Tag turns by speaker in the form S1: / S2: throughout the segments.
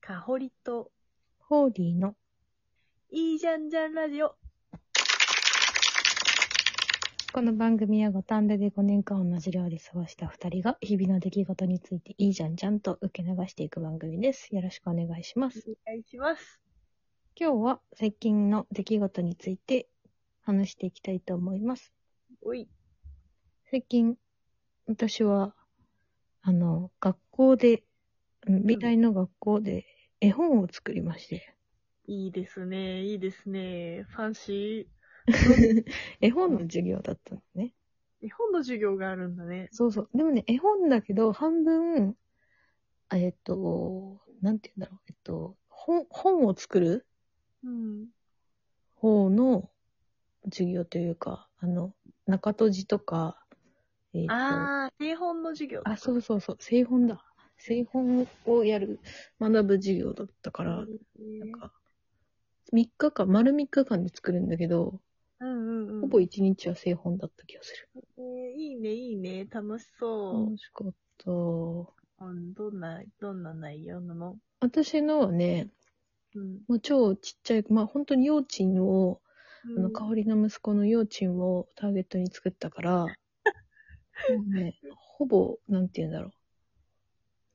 S1: かほりと、
S2: ホーリーの
S1: いいじゃんじゃんラジオ。
S2: この番組は五反田で5年間同じ寮で過ごした2人が日々の出来事についていいじゃんじゃんと受け流していく番組です。よろしくお願いします。
S1: お願いします。
S2: 今日は最近の出来事について話していきたいと思います。
S1: おい。
S2: 最近、私は、あの、学校で、うん美大の学校で絵本を作りまして、
S1: いいですね、いいですね。ファンシ
S2: 絵本の授業だったのね。
S1: ー。日本の授業があるんだね。
S2: そうそう。でもね、絵本だけど、半分、あえっと、なんて言うんだろう。えっと、本、本を作る
S1: うん。
S2: 方の授業というか、あの、中閉じとか、えっと、
S1: あー、定本の授業。
S2: あ、そうそうそう、製本だ。製本をやる、学ぶ授業だったか
S1: う
S2: ら、
S1: ん
S2: なんか、3日間、丸3日間で作るんだけど、
S1: うんうん。
S2: ほぼ1日は製本だった気がする。
S1: えーいいね、いいね。楽しそ
S2: 楽しかった。
S1: う。うん、どんな、どんな内容なの
S2: 私のはね、
S1: うん。
S2: もう超ちっちゃい、まあ本当に幼稚園を、あ
S1: う
S2: の、
S1: ん
S2: 香りの息子の幼稚園をターゲットに作ったから、もうね、ほぼ、なんて言うんだろう。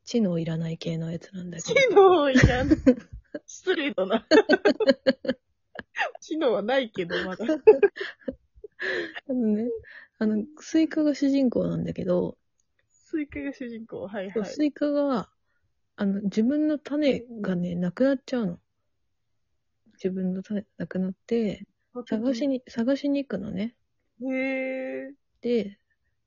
S2: 知能いらない系のやつなんだけ
S1: 知
S2: ど。
S1: 能いらん。失礼だな。 知能はないけど、まだ。
S2: あのね、あの、スイカが主人公なんだけど、
S1: スイカが主人公。はい
S2: そう
S1: はい。
S2: スイカが、あの、自分の種がね、なくなっちゃうの。自分の種がなくなって、探しに、探しに行くのね。
S1: へえ。
S2: で、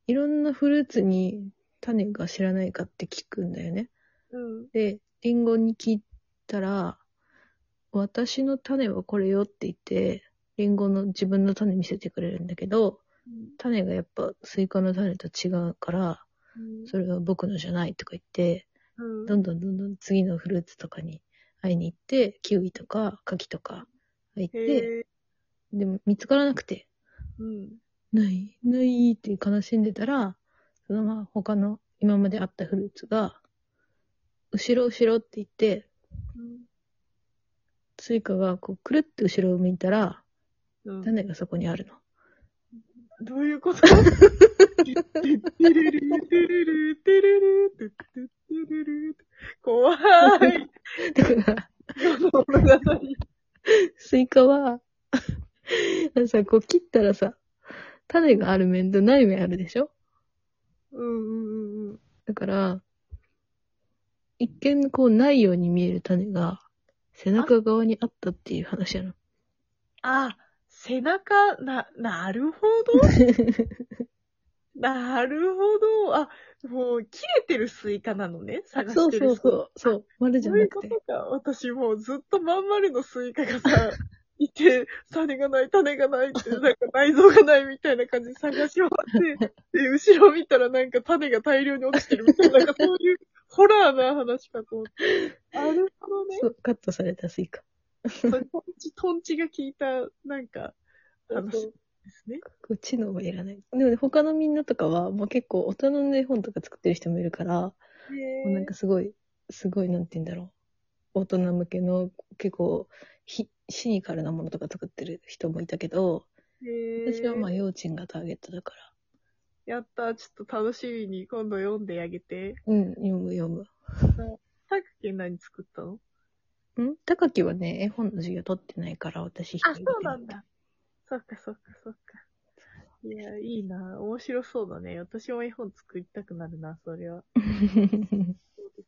S2: いろんなフルーツに種が知らないかって聞くんだよね。
S1: うん。
S2: で、リンゴに聞いたら、私の種はこれよって言って、リンゴの自分の種見せてくれるんだけど、種がやっぱスイカの種と違うから、それは僕のじゃないとか言って、
S1: うん。
S2: どんどんどんどん次のフルーツとかに会いに行って、キウイとか柿とか入って、
S1: へえ。
S2: でも見つからなくて、
S1: うん。
S2: ない、ないって悲しんでたら、そのまま他の今まであったフルーツが、後ろ後ろって言って、スイカがこうくるって後ろを向いたら、
S1: うん。
S2: 種がそこにあるの。
S1: どういうことてるるてるるてるるてるるる怖い。
S2: だから、
S1: 世の中に
S2: スイカは、 さ、こう切ったらさ、種がある面とない面あるでしょ
S1: うんうんうんうん。
S2: だから、一見こうないように見える種が背中側にあったっていう話やの。
S1: あ、背中、な、なるほど。なるほど。あ、もう、切れてるスイカなのね。探し
S2: そう
S1: て
S2: そ
S1: る
S2: う
S1: スイカ。
S2: そう、そう、丸じゃ
S1: そうい
S2: な
S1: う
S2: く
S1: こ
S2: て
S1: と。か。私もうずっとまん丸のスイカが さ、いて、種がない、種がないって、なんか内臓がないみたいな感じで探し回って、で、後ろ見たらなんか種が大量に落ちてるみたいな、なんかそういうホラーな話かと思って。なるほどね。
S2: そう、カットされたスイカ。
S1: それトンチ、トンチが効いた、なんか、話で
S2: そう
S1: すね。
S2: こう知能はいらない。でもね、他のみんなとかは、もう結構大人の絵本とか作ってる人もいるから、もうなんかすごい、すごい、なんて言うんだろう。大人向けの結構ひシニカルなものとか作ってる人もいたけど、
S1: へー
S2: 私はまあ幼稚園がターゲットだか
S1: やった、ちょっと楽しみに今度読んであげて。
S2: ら。うん、読む読む。
S1: さっき何作ったの
S2: ん高木はね、絵本の授業取ってないから、私一人
S1: あ、そうなんだ。そっかそっかそっか。いや、いいな。面白そうだね。私も絵本作りたくなるな、それは。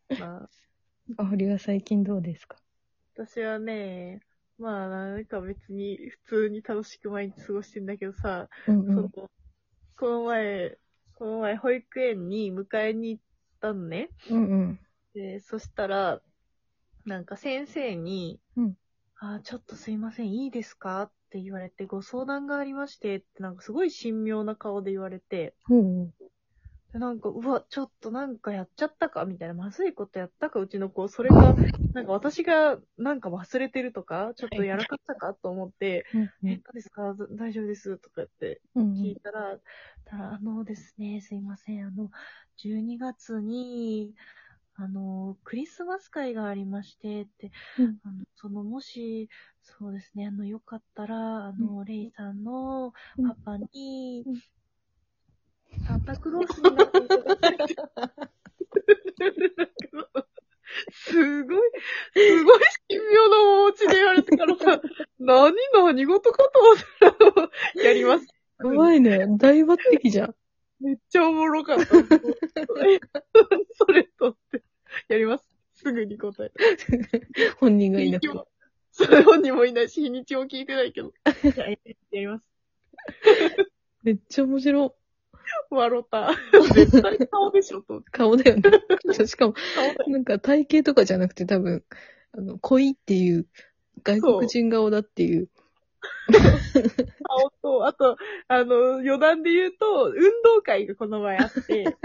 S2: で。
S1: まあ、
S2: あ、堀は最近どうですか
S1: 私はね、まあ、なんか別に普通に楽しく毎日過ごしてんだけどさ、
S2: うん
S1: その、この前、この前保育園に迎えに行ったのね。
S2: うんうん。
S1: で、そしたら、なんか先生に、
S2: うん
S1: あーちょっとすいません、いいですかって言われて、ご相談がありまして、ってなんかすごい神妙な顔で言われて、
S2: うん
S1: でなんか、うわ、ちょっとなんかやっちゃったかみたいな、まずいことやったか、うちの子。それ が、なんか私がなんか忘れてるとか、ちょっとやらかったかと思って、
S2: うん。
S1: え、どうですかず大丈夫ですとかって
S2: うん
S1: 聞いたら、ただあのですね、すいません、あの、12月に、
S3: あの、クリスマス会がありまして、って、
S2: うん
S3: あのその、もし、そうですね、あの、よかったら、あの、レイさんの
S2: うん
S3: パパに
S2: うん、
S3: サンタクロースになっていただきたい。
S1: すごい、すごい神妙なお家でやれてからさ、何何事かと思ったら、やります。
S2: やばいね。大抜擢じゃん。
S1: めっちゃおもろ かった。それとって、やります。すぐに答え。
S2: 本人が
S1: 日
S2: い
S1: に
S2: な
S1: ち
S2: くて。
S1: も、それ本人もいないし、日にちも聞いてないけど。ややります。
S2: めっちゃ面白い。
S1: 笑った。絶対顔でしょ、と。
S2: 顔だよね。 しかも、
S1: 顔だよ
S2: なんか体型とかじゃなくて多分、あの、恋っていう、外国人顔だっていう。
S1: 顔と、あと、あの、余談で言うと、運動会がこの前あ って、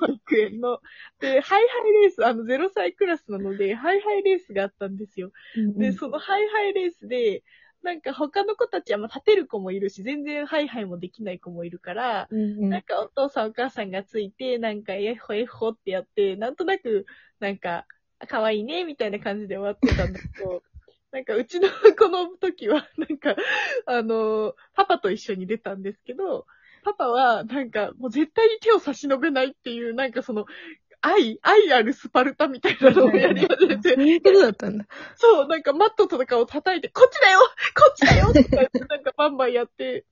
S1: 保育園の。で、ハイハイレース、あの、0歳クラスなので、ハイハイレースがあったんですよ。
S2: うんう
S1: で、
S2: ん
S1: そのハイハイレースで、なんか他の子たちは、まあ、立てる子もいるし、全然ハイハイもできない子もいるから、
S2: うん
S1: なんかお父さんお母さんがついて、なんかえほえほってやって、なんとなく、なんか、可愛いね、みたいな感じで終わってたんだけ ど、なんかうちの子の時は、なんか、あの、パパと一緒に出たんですけど、パパは、なんか、もう絶対に手を差し伸べないっていう、なんかその、愛、愛あるスパルタみたいなのをやり始め
S2: そ
S1: て、
S2: ういうことだったんだ。
S1: そう、なんかマットとかを叩いて、こっちだよこっちだよとか言って、なんかバンバンやって、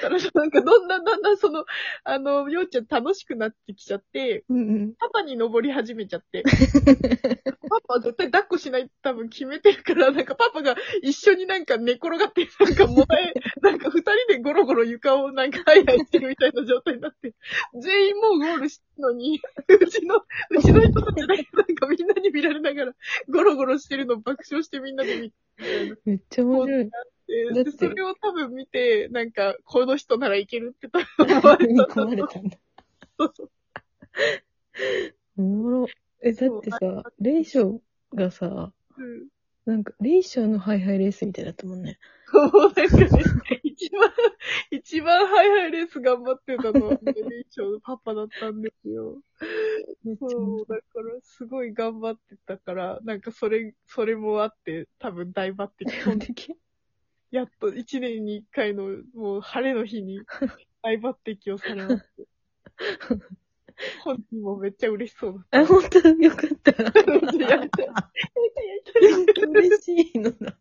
S1: たら、なんかどんだんだんだんその、あの、ようちゃん楽しくなってきちゃって、
S2: うんうん。
S1: パパに登り始めちゃって。 パパは絶対抱っこしないって多分決めてるから、なんかパパが一緒になんか寝転がって、なんかもらえ、なんか二人でゴロゴロ床をなんかハイハイしてるみたいな状態になって、全員もうゴールしてるのに、うちの、うちの人たちだけなんかみんなに見られながら、ゴロゴロしてるの爆笑してみんなで見て
S2: めっちゃ面白い。だ
S1: で
S2: っ、て
S1: それを多分見て、なんか、この人ならいけるって多分思われ
S2: 踏み
S1: たん
S2: 込ま
S1: だ
S2: れ
S1: と
S2: たんだ。 おもろ。え、だってさ、レイショーがさ、
S1: 思う。
S2: なんか、レイショーのハイハイレースみたいだったもんね。
S1: そう、なんかね、一番、一番ハイハイレース頑張ってたのは、ね、レイショーのパパだったんですよ。
S2: めっちゃ
S1: そう、だから、すごい頑張ってたから、なんかそれ、それもあって、多分大抜擢。
S2: 的。
S1: やっと一年に一回の、もう晴れの日に、大抜擢をされまして。本人もめっちゃ嬉しそうだ
S2: あ、
S1: った。
S2: 本当よかった。
S1: やりたいやりたい
S2: 嬉しいのだ。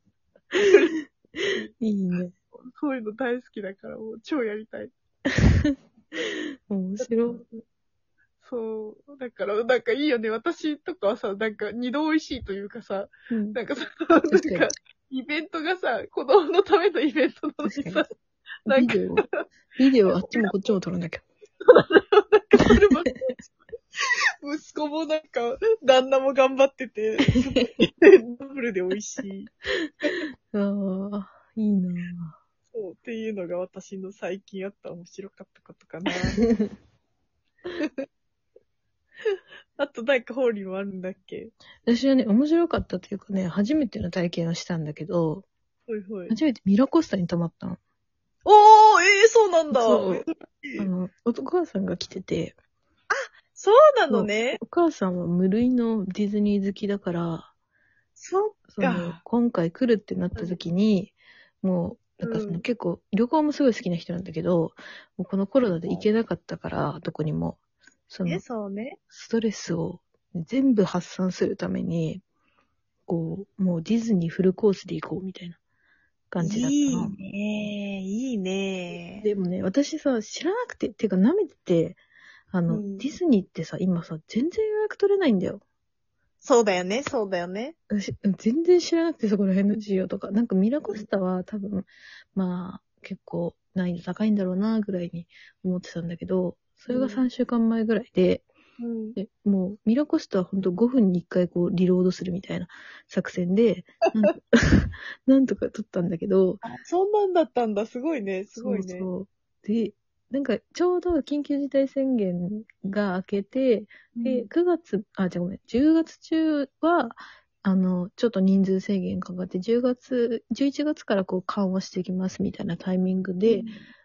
S2: いいね。
S1: そういうの大好きだから、もう超やりたい。
S2: 面白い。
S1: そう。だから、なんかいいよね。私とかはさ、なんか二度美味しいというかさ、
S2: うん
S1: なんかさ、なんか
S2: 確かに、
S1: イベントがさ、子供のためのイベントなのに
S2: 確
S1: さ
S2: か、
S1: なん
S2: ビ
S1: か
S2: デオ、ビデオあっちもこっちも撮らなきゃ。
S1: そればっかり息子もなんか、旦那も頑張ってて、ダブルで美味しい。
S2: ああ、いいなあ
S1: そう、っていうのが私の最近あった面白かったことかな。あとなんかホーリーもあるんだっけ
S2: 私はね、面白かったというかね、初めての体験をしたんだけど、
S1: ほいほい。
S2: 初めてミラコスタに泊まったの。
S1: おー、ええそうなんだ。
S2: そ
S1: そうう
S2: あの、お母さんが来てて、
S1: なのね。
S2: お母さんは無類のディズニー好きだから、
S1: そっ
S2: その
S1: か、
S2: 今回来るってなった時に、もう、なんかその、
S1: うん
S2: 結構、旅行もすごい好きな人なんだけど、もうこのコロナで行けなかったから、どこにも。その
S1: ね、、そうね。
S2: ストレスを全部発散するために、こう、もうディズニーフルコースで行こうみたいな感じだったの。
S1: ねいいね
S2: でもね、私さ、知らなくて、っていうか舐めてて、あの、
S1: うん
S2: ディズニーってさ、今さ、全然予約取れないんだよ。
S1: そうだよね、そうだよね。
S2: 私、全然知らなくて、そこら辺の需要とか。なんかミラコスタは多分、まあ、結構難易度高いんだろうな、ぐらいに思ってたんだけど、それが3週間前ぐらいで、
S1: うん。
S2: で、もう、ミラコスタは本当5分に1回こう、リロードするみたいな作 戦で、なんと なんとか撮ったんだけど、
S1: あ、そんなんだったんだ、すごいね、すごいね。
S2: そうそう。で、なんか、ちょうど緊急事態宣言が明けて、で、9月、あ、じゃあごめん、10月中は、あの、ちょっと人数制限かかって、10月、11月からこう緩和していきますみたいなタイミングで、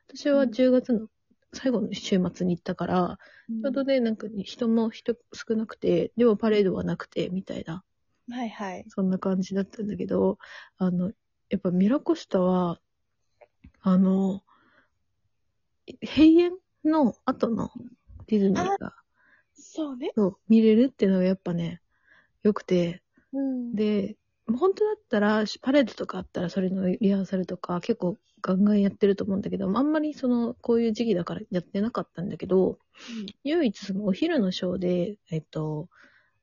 S2: 私は10月の最後の週末に行ったから、ちょうど
S3: は
S2: ね、なんか人も人少なくて、でもパレードはなくて、みたいな、
S3: いはい。
S2: そんな感じだったんだけど、あの、やっぱミラコスタは、あの、閉園の後のディズニーが、
S1: そうね。
S2: そう、見れるっていうのがやっぱね、良くて、
S1: うん。
S2: で、本当だったら、パレードとかあったら、それのリハーサルとか、結構ガンガンやってると思うんだけど、あんまりその、こういう時期だからやってなかったんだけど、唯一そのお昼のショーで、えっと、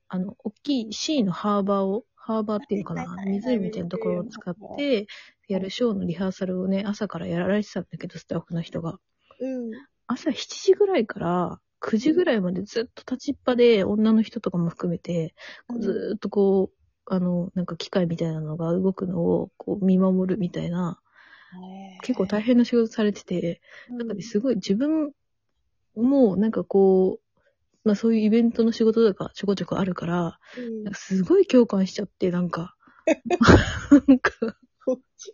S2: あの、大きい C のハーバーを、ハーバーっていうのかな、
S3: はいはいはい
S2: 湖みたいなところを使って、やるショーのリハーサルをね、朝からやられてたんだけど、スタッフの人が。
S1: うん。
S2: 朝7時ぐらいから9時ぐらいまでずっと立ちっぱで、女の人とかも含めて、こうずーっとこう、あの、なんか機械みたいなのが動くのをこう見守るみたいな、結構大変な仕事されてて、なんかね、すごい自分もなんかこう、まあそういうイベントの仕事とかちょこちょこあるから、
S1: うん
S2: なんかすごい共感しちゃって、なんか。なんか、
S1: こっち。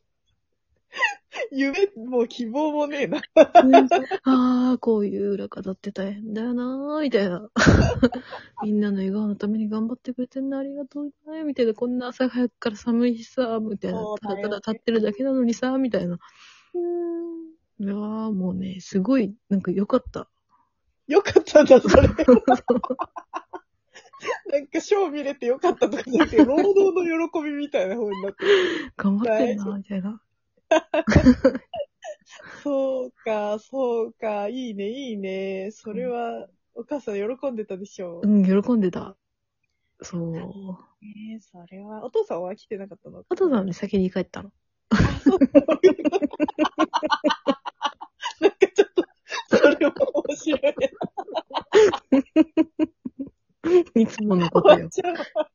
S1: 夢も希望もねえな。
S2: ああ、こういう裏方って大変だよなー、みたいな。 みんなの笑顔のために頑張ってくれてんのありがとうね、みたいな。こんな朝早くから寒いしさ、みたいな
S1: そう。
S2: た
S1: だよ
S2: だ
S1: ね
S2: ただ立ってるだけなのにさ、みたいな。うわー、もうね、すごい、なんか良かった。
S1: よかったんだ、それ。なんか、ショー見れてよかったとかじゃなくて、労働の喜びみたいな方になってる。
S2: 頑張ってんな、みたいな。
S1: そうか、そうか、いいね、いいね。それは、お母さん喜んでたでしょう
S2: う。ん、喜んでた。そう。
S1: ねえ、それは。お父さんは来てなかったの
S2: あとさんね、先に帰っ たの。
S1: なんかちょっと、それは面白い。
S2: いつものこと
S1: 終わ
S2: よ
S1: っ。ちゃう。